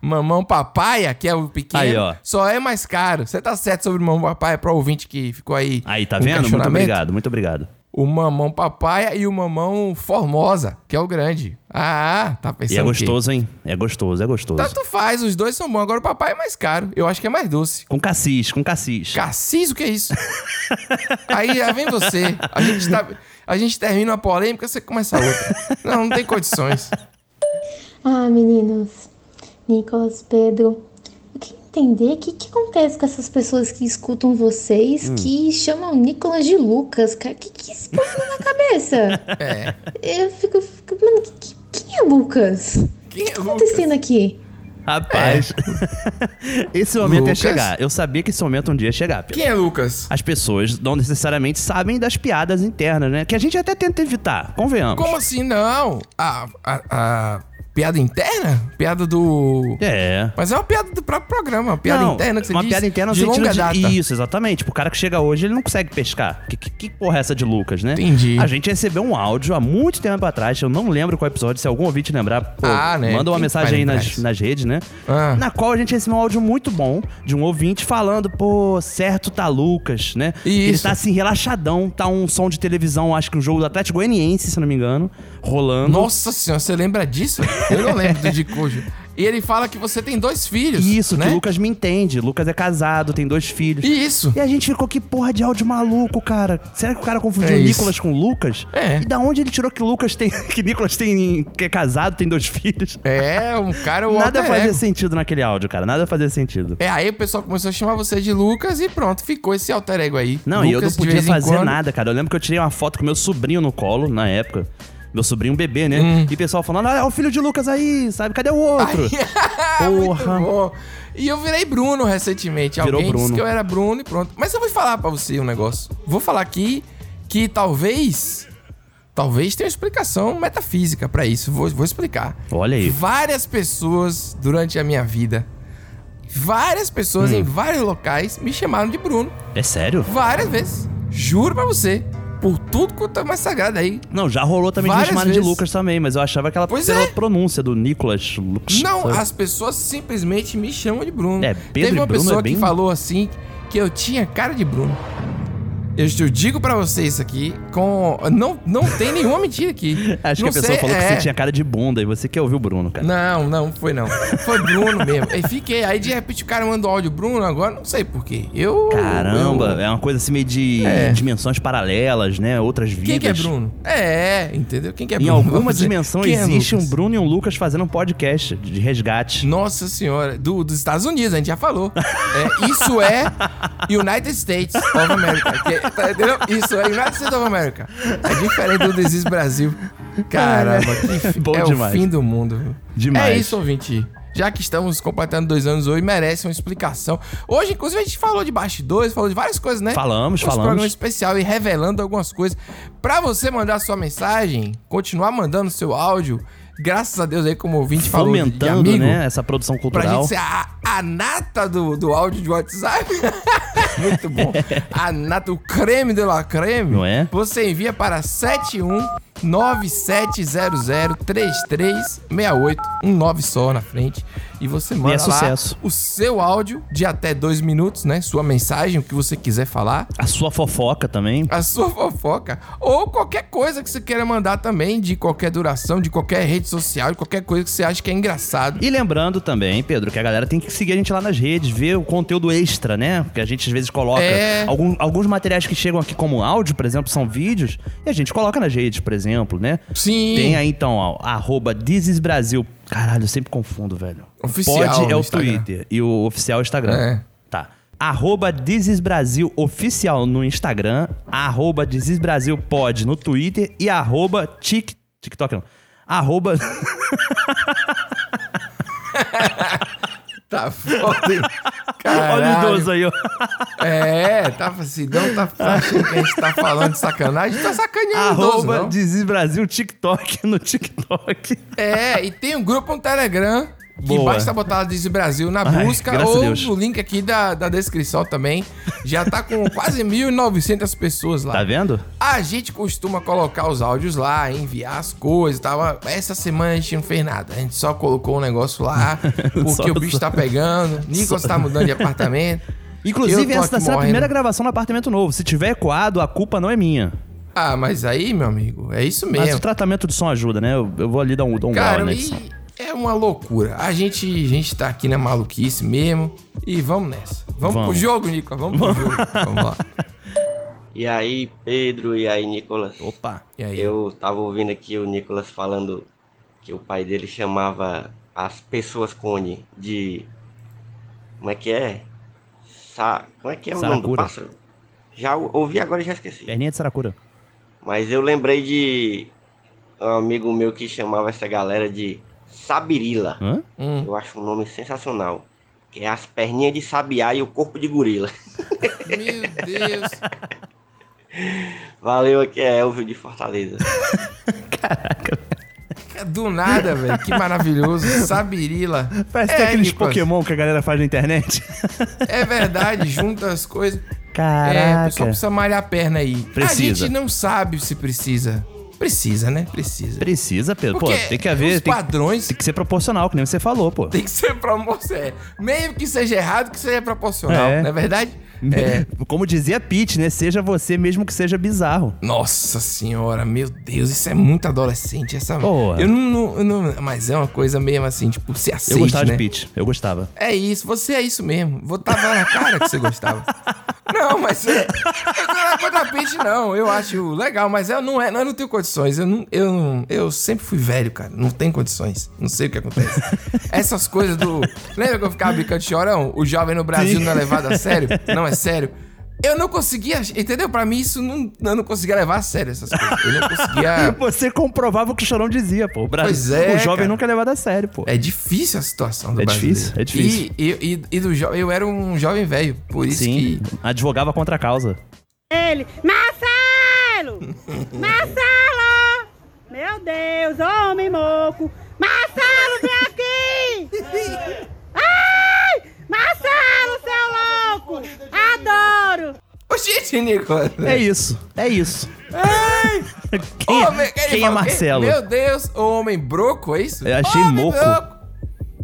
Mamão papaya, que é o pequeno, Aí, ó. só é mais caro. Você tá certo sobre o mamão papaya pro ouvinte que ficou aí. Aí, tá com vendo? Muito questionamento? obrigado, muito obrigado. O mamão papaya e o mamão formosa, que é o grande. Ah, tá pensando e é o quê? Tá gostoso, hein? É gostoso, é gostoso. Tanto faz, os dois são bons. Agora o papai é mais caro. Eu acho que é mais doce. Com cassis, com cassis. Cassis, o que é isso? Aí já vem você. A gente, tá- a gente termina uma polêmica, você começa outra. Não, não tem condições. Ah, meninos, Nicolas, Pedro, eu queria entender o que, que acontece com essas pessoas que escutam vocês Hum. que chamam Nicolas de Lucas, cara. O que, que isso passa na cabeça? É. Eu fico, fico mano, que- que- quem é Lucas? O que tá acontecendo aqui? Rapaz, esse momento É. Lucas? ia chegar. Eu sabia que esse momento um dia ia chegar. Pedro. Quem é Lucas? As pessoas não necessariamente sabem das piadas internas, né? Que a gente até tenta evitar, convenhamos. Como assim não? A, a- a piada interna? Piada do. É. Mas é uma piada do próprio programa, uma piada Não, interna que você uma diz, piada interna no de sentido longa de- data. Isso, exatamente. Tipo, o cara que chega hoje, ele não consegue pescar. Que, que, que porra é essa de Lucas, né? Entendi. A gente recebeu um áudio há muito tempo atrás, eu não lembro qual episódio, se algum ouvinte lembrar, pô, Ah, né? manda uma Quem mensagem vai aí lembrar nas, isso? Ah. nas redes, né? Na qual a gente recebeu um áudio muito bom de um ouvinte falando, pô, certo tá Lucas, né? Ele Isso. tá assim, relaxadão, tá um som de televisão, acho que um jogo do Atlético Goianiense, se não me engano, rolando. Nossa senhora, você lembra disso? Eu não lembro do de cujo. E ele fala que você tem dois filhos. Isso, né? que o Lucas me entende. Lucas é casado, tem dois filhos. Isso. E a gente ficou, que porra de áudio maluco, cara. Será que o cara confundiu É isso. Nicolas com Lucas? É. E da onde ele tirou que Lucas tem. que Nicolas tem. que é casado, tem dois filhos? É, um cara o Nada alter fazia ego. sentido naquele áudio, cara. Nada fazia sentido. É, aí o pessoal começou a chamar você de Lucas e pronto, ficou esse alter ego aí. Não, e eu não Lucas, de podia vez em fazer quando- nada, cara. Eu lembro que eu tirei uma foto com meu sobrinho no colo, na época. Meu sobrinho bebê, né? Hum. E o pessoal falando, ah, é o filho de Lucas aí, sabe? Cadê o outro? Porra. E eu virei Bruno recentemente. Virou Alguém disse Bruno. que eu era Bruno e pronto. Mas eu vou falar pra você um negócio. Vou falar aqui que talvez. Talvez tenha uma explicação metafísica pra isso. Vou, vou explicar. Olha aí. Várias pessoas durante a minha vida. Várias pessoas Hum. em vários locais me chamaram de Bruno. É sério? Várias vezes. Juro pra você. Por tudo quanto é mais sagrado aí. Não, já rolou também de me Várias chamarem de vezes. Lucas também, mas eu achava aquela Pois pela é. pronúncia do Nicolas Lucas. Não, sabe? as pessoas simplesmente me chamam de Bruno. É, Pedro Teve uma e Bruno pessoa é bem- que falou assim que eu tinha cara de Bruno. Eu, eu digo pra você isso aqui com não não tem nenhuma mentira aqui. Acho Não que a pessoa sei, falou que é. você tinha cara de bunda e você quer ouvir o Bruno, cara. Não, não foi não. Foi Bruno mesmo. Aí fiquei, aí de repente o cara mandou áudio Bruno, agora não sei por quê. Eu Caramba, é uma coisa assim meio de É. dimensões paralelas, né? Outras vidas. Quem que é Bruno? É, entendeu? Quem que é Em Bruno? alguma Vamos dizer, dimensão quem é existe um Lucas? Bruno e um Lucas fazendo um podcast de resgate. Nossa senhora, do- dos Estados Unidos, a gente já falou. É, isso é United States of America. que- tá, entendeu? Isso é United States of America. É diferente do Desis Brasil. Caramba, que fi- Bom é demais. o fim do mundo. viu? Demais. É isso, ouvinte. Já que estamos completando dois anos hoje, merece uma explicação. Hoje, inclusive, a gente falou de bastidores, falou de várias coisas, né? Falamos, Esse falamos. programa especial e revelando algumas coisas. Pra você mandar sua mensagem, continuar mandando seu áudio, graças a Deus aí, como o ouvinte falou, de- de Fomentando, amigo, né? Essa produção Pra cultural. gente ser a, a nata do, do áudio de WhatsApp. Muito bom. A nata, o creme de la creme. Não é? Você envia para um 71970033681. Um 9 só na frente. E você manda lá é sucesso. o seu áudio de até dois minutos, né? Sua mensagem, o que você quiser falar. A sua fofoca também. A sua fofoca. Ou qualquer coisa que você queira mandar também, de qualquer duração, de qualquer rede social, de qualquer coisa que você acha que é engraçado. E lembrando também, Pedro, que a galera tem que seguir a gente lá nas redes, ver o conteúdo extra, né? Porque a gente às vezes coloca. É. algum- alguns materiais que chegam aqui como áudio, por exemplo, são vídeos, e a gente coloca nas redes, por exemplo, né? Sim. Tem aí então, ó, arroba This is Brasil. Caralho, eu sempre confundo, velho. Oficial Pode é no o Instagram. Twitter e o oficial é o Instagram. É. Tá. Arroba This is Brasil oficial no Instagram, arroba This is Brasil pod no Twitter e arroba tic, TikTok não. Arroba... Tá foda. hein? Olha o Caralho. idoso aí, ó. É, tá assim, não tá tá achando que a gente tá falando de sacanagem, tá sacaneando o idoso, Arroba não. Tá This is Brasil TikTok no TikTok. É, e tem um grupo no Telegram Que Boa. basta botar Diz Brasil na Ai, busca graças a ou Deus. no link aqui da, da descrição também. Já tá com quase 1.900 pessoas lá. Tá vendo? A gente costuma colocar os áudios lá, enviar as coisas e tal. Essa semana a gente não fez nada. A gente só colocou um negócio lá, porque Só- o bicho tá pegando, Nicolas só- tá mudando de apartamento. Eu Inclusive, tô essa tá aqui sendo a morrendo. primeira gravação no apartamento novo. Se tiver ecoado, a culpa não é minha. Ah, mas aí, meu amigo, é isso mesmo. Mas tá o tratamento de som ajuda, né? Eu, eu vou ali dar um, dar um grau Cara, na e edição. é uma loucura. A gente, a gente tá aqui na maluquice mesmo. E vamos nessa. Vamos, pro Vamos. jogo, Nicolas. Vamos pro jogo. Vamos lá. E aí, Pedro, e aí, Nicolas? Opa! Eu tava ouvindo aqui o Nicolas falando que o pai dele chamava as pessoas cone de. Como é que é? Sa... Como é que é o nome do Saracura. pássaro? Já ou- ouvi agora e já esqueci. Perninha de Saracura. Mas eu lembrei de um amigo meu que chamava essa galera de Sabirila. Hã? Eu acho um nome sensacional. Que é as perninhas de sabiá e o corpo de gorila. Meu Deus. Valeu, aqui é Elvio de Fortaleza. Do nada, velho. Que maravilhoso. Sabirila. Parece É, que é aqueles Nicolas, Pokémon que a galera faz na internet. É verdade, junta as coisas. É, o Caraca. pessoal precisa malhar a perna aí. A Precisa. gente não sabe se precisa. Precisa, né? Precisa. Precisa, Pedro. Pô, Porque tem que haver. os tem- padrões- Tem, que ser proporcional, que nem você falou, pô. Tem que ser promoção. É, meio que seja errado, que seja proporcional, não é verdade? É. Como dizia Pete, né? Seja você mesmo que seja bizarro. Nossa senhora, meu Deus, isso é muito adolescente essa. Eu não, não- eu não- mas é uma coisa mesmo assim, tipo, se aceite, Eu gostava né? de Pete, eu gostava. É isso, você é isso mesmo. Vou tava na cara que você gostava. Não, mas é, eu não era contra Pete, não. Eu acho legal, mas eu não, é, eu não tenho condições. Eu, não, eu, não- eu sempre fui velho, cara. Não tem condições. Não sei o que acontece. Essas coisas do. Lembra que eu ficava brincando de chorão? O jovem no Brasil Sim. não é levado a sério? Não é sério. Eu não conseguia, entendeu? Pra mim, isso não, eu não conseguia levar a sério essas coisas. Eu não conseguia. Você comprovava o que o Chorão dizia, pô. O, Brasil, É. Pois é, o jovem cara. nunca é levado a sério, pô. É difícil a situação do É brasileiro. difícil, é difícil. E, e, e- e do jo... eu era um jovem velho, por isso Sim, que. advogava contra a causa. Ele, Marcelo! Marcelo! Meu Deus, homem moco! Marcelo, vem aqui! Ai! Marcelo, seu louco! Adoro! Ô, gente, Nicolas. É isso, é isso. Quem, Homem- quem ele é fala, Marcelo? Meu Deus, o homem broco, é isso? Eu achei Homem moco.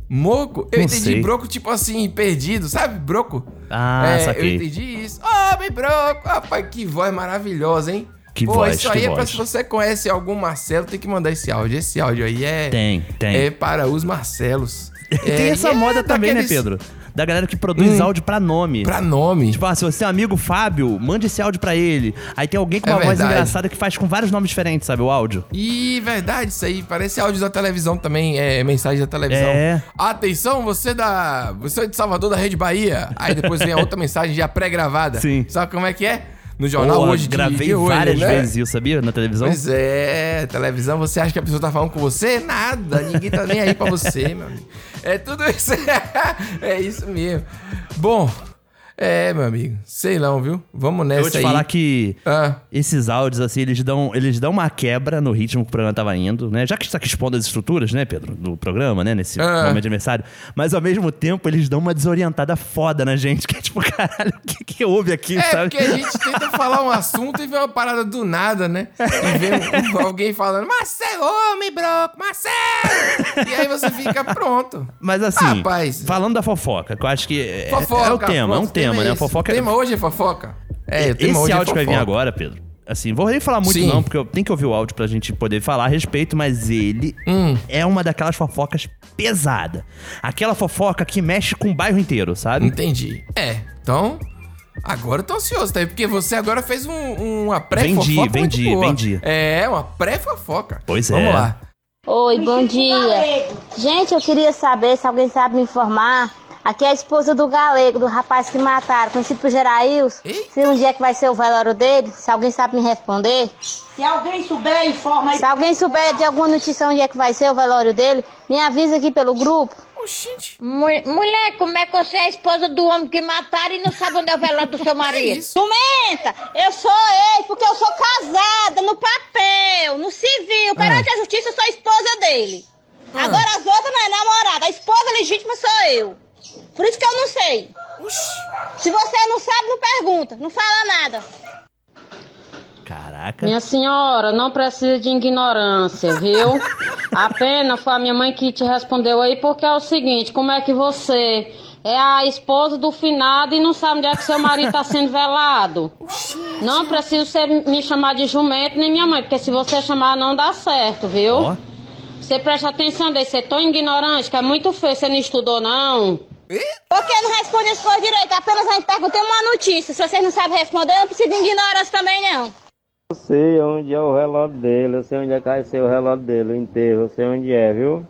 Moco? Eu Não entendi sei. broco, tipo assim, perdido, sabe? Broco. Ah, é, saquei. Eu entendi isso. Homem broco. Rapaz, que voz maravilhosa, hein? Que Pô, voz, isso que aí é pra voz. se você conhece algum Marcelo, tem que mandar esse áudio. Esse áudio aí é. Tem, tem. É para os Marcelos. Tem É, essa e é moda também, daqueles- né, Pedro? Da galera que produz Hum. áudio pra nome. Pra nome. Tipo, ah, se você é um amigo Fábio, mande esse áudio pra ele. Aí tem alguém com É uma voz verdade. engraçada que faz com vários nomes diferentes, sabe? O áudio. Ih, verdade, isso aí. Parece áudio da televisão também, é mensagem da televisão. É. Atenção, você da. Você é de Salvador da Rede Bahia. Aí depois vem a outra mensagem já pré-gravada. Sim. Sabe como é que é? No jornal Pô, hoje de- Gravei de, hoje, várias né? vezes isso, sabia? Na televisão. Pois é, televisão, você acha que a pessoa tá falando com você? Nada, ninguém tá nem aí pra você, meu amigo. É tudo isso. é isso mesmo. Bom, é, meu amigo, sei não, viu? Vamos nessa Eu vou te é, aí. falar que Ah. esses áudios, assim, eles dão, eles dão uma quebra no ritmo que o programa tava indo, né? Já que a gente tá aqui expondo as estruturas, né, Pedro, do programa, né? Nesse Ah. momento de aniversário. Mas ao mesmo tempo, eles dão uma desorientada foda na gente, que é tipo, caralho, o que, que houve aqui, É, sabe? porque a gente tenta falar um assunto e vê uma parada do nada, né? E vê um- alguém falando, Marcelo, homem, broco, Marcelo! E aí você fica pronto. Mas assim, falando da fofoca, que eu acho que é, Fofoca. é o tema, é um pronto, tema, né? A esse. fofoca O tema hoje é fofoca? É, o tema Esse hoje é áudio que vai vir fofoca. agora, Pedro. Assim, vou nem falar muito Sim. não, porque eu tenho que ouvir o áudio pra gente poder falar a respeito, mas ele Hum, é uma daquelas fofocas pesada. Aquela fofoca que mexe com o bairro inteiro, sabe? Entendi. É, então... Agora eu tô ansioso, tá? Porque você agora fez um- uma pré-fofoca Vendi, muito vendi, boa. vendi. É, uma pré-fofoca. Pois Vamos é. lá. Oi, bom dia. Gente, eu queria saber se alguém sabe me informar. Aqui é a esposa do galego, do rapaz que mataram, conhecido por Gerails. Se um dia que vai ser o velório dele, se alguém sabe me responder. Se alguém souber, informa aí. Se alguém souber de alguma notícia onde é que vai ser o velório dele, me avisa aqui pelo grupo. Mulher, como é que você é a esposa do homem que mataram e não sabe onde é o velório do seu marido? Comenta! Eu sou ex, porque eu sou casada, no papel, no civil. Perante a justiça, eu sou a esposa dele. Agora as outras não é namorada. A esposa legítima sou eu. Por isso que eu não sei. Se você não sabe, não pergunta. Não fala nada. Caraca. Minha senhora, não precisa de ignorância, viu? A pena foi a minha mãe que te respondeu aí, porque é o seguinte, como é que você é a esposa do finado e não sabe onde é que seu marido tá sendo velado? Não precisa você me chamar de jumento nem minha mãe, porque se você chamar não dá certo, viu? Você presta atenção desse, você é tão ignorante que é muito feio, você não estudou não. Por que não responde as coisas direito? Apenas a gente pergunta uma notícia. Se vocês não sabem responder, eu não preciso de ignorância também, não. Eu sei onde é o relógio dele, eu sei onde é que vai ser o relógio dele, o enterro, eu sei onde é, viu?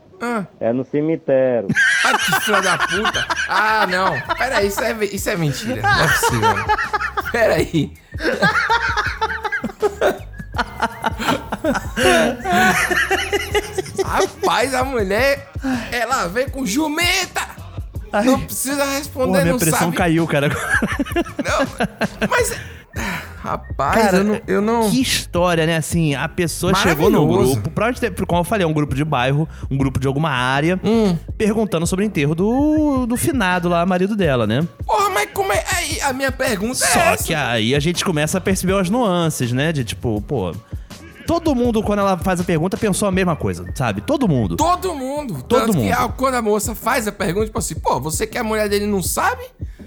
É no cemitério. Ai, que filha da puta. Ah, não. Peraí, isso é, ve- isso é mentira. Não é possível. Peraí. Rapaz, a mulher, ela vem com jumenta. não precisa responder, Porra, minha não pressão sabe. caiu, cara. Rapaz, eu não... Que história, né? Assim, a pessoa chegou no Maravilhoso. grupo, pra onde, te- como eu falei, é um grupo de bairro, um grupo de alguma área, Hum. perguntando sobre o enterro do, do finado lá, marido dela, né? Porra, mas como é... Aí, a minha pergunta é Só essa. que aí a gente começa a perceber as nuances, né? De tipo, pô. Todo mundo, quando ela faz a pergunta, pensou a mesma coisa, sabe? Todo mundo. Todo mundo. Todo Tanto que mundo. ah, quando a moça faz a pergunta, tipo assim, pô, você que a mulher dele não sabe?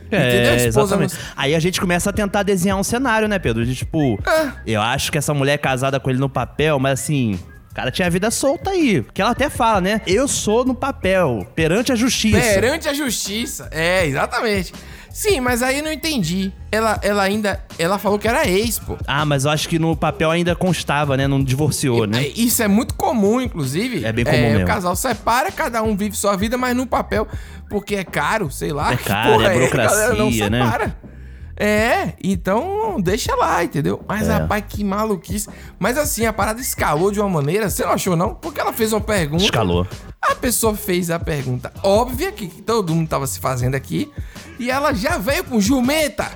Entendeu? A É, esposa não exatamente. Aí a gente começa a tentar desenhar um cenário, né, Pedro? De, tipo, eu acho que essa mulher é casada com ele no papel, mas assim, o cara tinha a vida solta aí. Que ela até fala, né? Eu sou no papel, perante a justiça. assim, Perante a justiça. É, exatamente. Sim, mas aí eu não entendi. Ela, ela ainda. Ela falou que era ex, pô. Ah, mas eu acho que no papel ainda constava, né? Não divorciou, né? Isso é muito comum, inclusive. É bem comum mesmo. o casal separa, cada um vive sua vida, mas no papel. Porque é caro, sei lá. É que caro, é porra a galera não burocracia, né? separa. É, então deixa lá, entendeu? Mas É. rapaz, que maluquice. Mas assim, a parada escalou de uma maneira, você não achou não? Porque ela fez uma pergunta. Escalou. A pessoa fez a pergunta óbvia que todo mundo tava se fazendo aqui. E ela já veio com jumenta.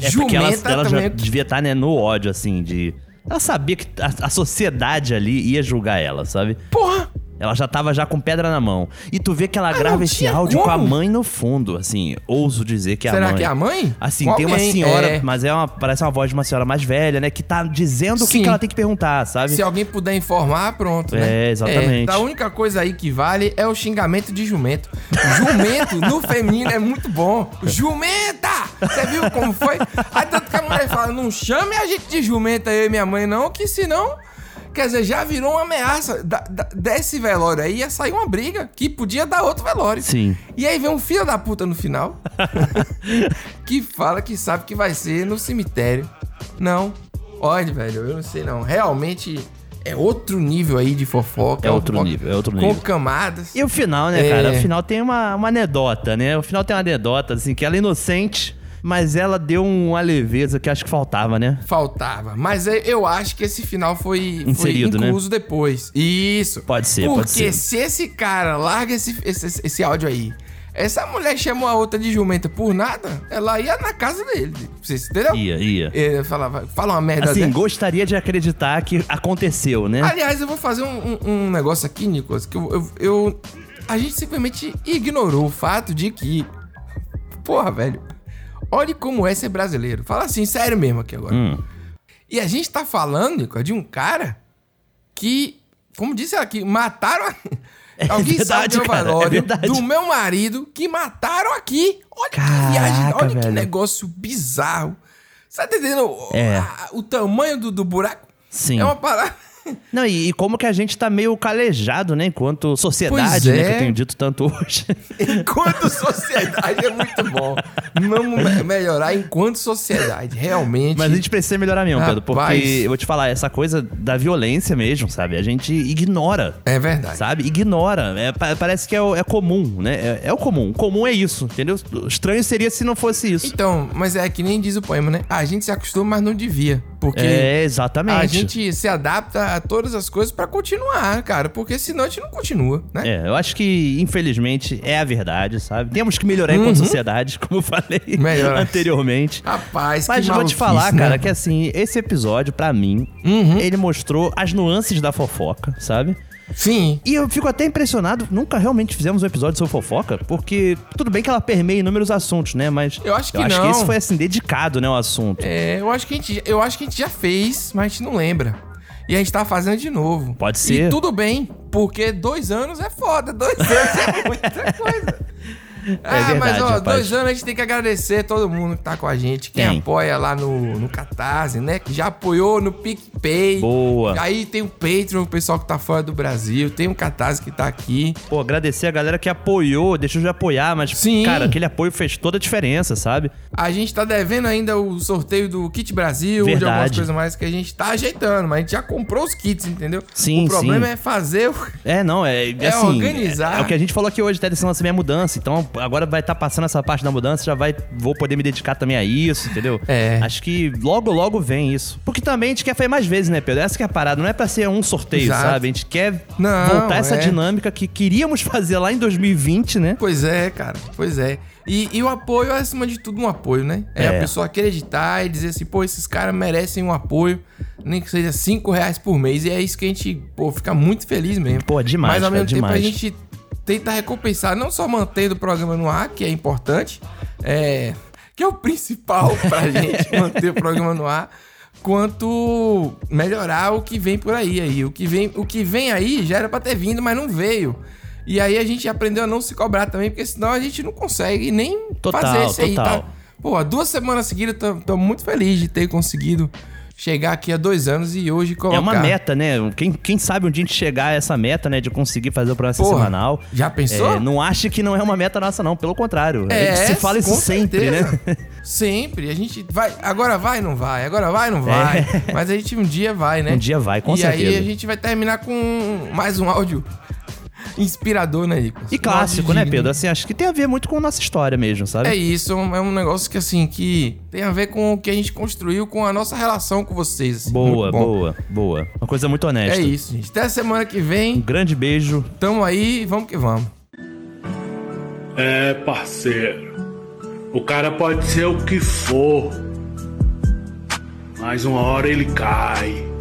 É porque ela, ela já devia estar, né, no ódio, assim, de. Ela sabia que a, a sociedade ali ia julgar ela, sabe? Porra! Ela já tava já com pedra na mão. E tu vê que Ah, ela grava esse áudio com a mãe no fundo, assim. Ouso dizer que é a Será mãe. que é a mãe? Assim, Com tem uma alguém, senhora, é. mas é uma, parece uma voz de uma senhora mais velha, né? Que tá dizendo o que, que ela tem que perguntar, sabe? Se alguém puder informar, pronto, né? É, exatamente. É, a única coisa aí que vale é o xingamento de jumento. Jumento no feminino é muito bom. Jumenta! Você viu como foi? Aí tanto que a mulher fala, não chame a gente de jumenta, eu e minha mãe não, que senão... Quer dizer, já virou uma ameaça. Da, da- desse velório aí ia sair uma briga que podia dar outro velório. Sim. E aí vem um filho da puta no final que fala que sabe que vai ser no cemitério. Não. Olha, velho, eu não sei não. Realmente é outro nível aí de fofoca. É outro Uma fofoca nível, é outro Com nível. camadas. E o final, né, É. cara? O final tem uma, uma anedota, né? O final tem uma anedota, assim, que ela é inocente, mas ela deu uma leveza que acho que faltava, né? Faltava. Mas eu- eu acho que esse final foi, foi Inserido, né? incluso depois. Isso. Pode ser, pode ser. Porque se esse cara larga esse, esse, esse áudio aí, essa mulher chamou a outra de jumenta por nada, ela ia na casa dele. Vocês entenderam? Ia, ia. Ele falava, fala uma merda Assim, dessa. gostaria de acreditar que aconteceu, né? Aliás, eu vou fazer um, um- um negócio aqui, Nicolas, que eu, eu- eu- A gente simplesmente ignorou o fato de que. Porra, velho. Olhe como é ser brasileiro. Fala assim, sério mesmo aqui agora. Hum. E a gente tá falando, Nicolas, de um cara que. Como disse ela aqui, mataram. a- Alguém verdade, sabe o cara, é velório verdade. do meu marido que mataram aqui. Olha que viagem, olha que negócio bizarro. Você tá entendendo o- É. a- o tamanho do, do buraco? Sim. É uma parada. Não, e, e como que a gente tá meio calejado, né? Enquanto sociedade, Pois né? é. Que eu tenho dito tanto hoje. Enquanto sociedade é muito bom. Vamos me- melhorar enquanto sociedade, realmente. Mas a gente precisa melhorar mesmo, Pedro. Porque Rapaz. eu vou te falar, essa coisa da violência mesmo, sabe? A gente ignora. É verdade. Sabe? Ignora. É, pa- parece que é, o- é comum, né? É, é o comum. O comum é isso, entendeu? O Estranho seria se não fosse isso. Então, mas é que nem diz o poema, né? A gente se acostuma, mas não devia. Porque É, exatamente. a gente se adapta a todas as coisas pra continuar, cara. Porque senão a gente não continua, né? É, eu acho que, infelizmente, é a verdade, sabe? Temos que melhorar enquanto Uhum. sociedade, como eu falei Melhorar. Ah, anteriormente. Rapaz, que Mas vou te maluquice, falar, né? Uhum. cara, que assim, esse episódio, pra mim, ele mostrou as nuances da fofoca, sabe? Sim. E eu fico até impressionado, nunca realmente fizemos um episódio sobre fofoca, porque tudo bem que ela permeia inúmeros assuntos, né? Mas eu acho que acho que não. esse foi assim, dedicado, né, o assunto. É, eu acho que a gente, eu acho que a gente já fez, mas a gente não lembra. E a gente tá fazendo de novo. Pode ser. E tudo bem, porque dois anos é foda, dois anos é muita coisa. ah, mas É verdade, ó, rapaz. dois anos a gente tem que agradecer todo mundo que tá com a gente, quem Tem. apoia lá no, no Catarse, né? Que já apoiou no PicPay. Boa. Aí tem o Patreon, o pessoal que tá fora do Brasil, tem o Catarse que tá aqui. Pô, agradecer a galera que apoiou, deixou de apoiar, mas, cara, aquele apoio fez toda a diferença, sabe? A gente tá devendo ainda o sorteio do Kit Brasil, de Verdade. algumas coisas mais que a gente tá ajeitando, mas a gente já comprou os kits, entendeu? Sim, O problema sim. é fazer o. É, não, é, É assim, organizar. É, é o que a gente falou aqui hoje, até desse lance da minha mudança. Então, agora vai estar passando essa parte da mudança, já vai, vou poder me dedicar também a isso, entendeu? É. Acho que logo, logo vem isso. Porque também a gente quer fazer mais vezes, né, Pedro? Essa que é a parada, não é pra ser um sorteio, Exato. sabe? A gente quer Não, voltar essa é. dinâmica que queríamos fazer lá em 2020, né? Pois é, cara, pois é. E, e o apoio é, acima de tudo, um apoio, né? É, É. a pessoa acreditar e dizer assim, pô, esses caras merecem um apoio, nem que seja 5 reais por mês. E é isso que a gente, pô, fica muito feliz mesmo. Pô, demais, Mas ao cara, mesmo tempo a demais. gente tenta recompensar, não só mantendo o programa no ar, que é importante, é, que é o principal pra gente manter o programa no ar, quanto melhorar o que vem por aí. aí. O, que vem, o que vem aí já era pra ter vindo, mas não veio. E aí a gente aprendeu a não se cobrar também, porque senão a gente não consegue nem Total, fazer isso aí, total. tá? Pô, há duas semanas seguidas eu tô, tô muito feliz de ter conseguido chegar aqui há dois anos e hoje colocar... É uma meta, né? Quem, quem sabe onde a gente chegar a essa meta, né? De conseguir fazer o programa Porra, semanal. Já pensou? É, não ache que não é uma meta nossa, não. Pelo contrário. a É, gente se fala isso com sempre, certeza. né? Sempre. A gente vai. Agora vai, não vai. Agora vai, não vai. É. Mas a gente um dia vai, né? Um dia vai, com e certeza. aí a gente vai terminar com mais um áudio inspirador, né, Nicolas? E clássico, né, Pedro? Assim, né? acho que tem a ver muito com nossa história mesmo, sabe? É isso, é um- é um negócio que assim, que tem a ver com o que a gente construiu com a nossa relação com vocês. assim. Boa, Muito bom. boa, boa. Uma coisa muito honesta. É isso, gente. Até semana que vem. Um grande beijo. Tamo aí, vamos que vamos. É, parceiro. O cara pode ser o que for. Mas uma hora ele cai.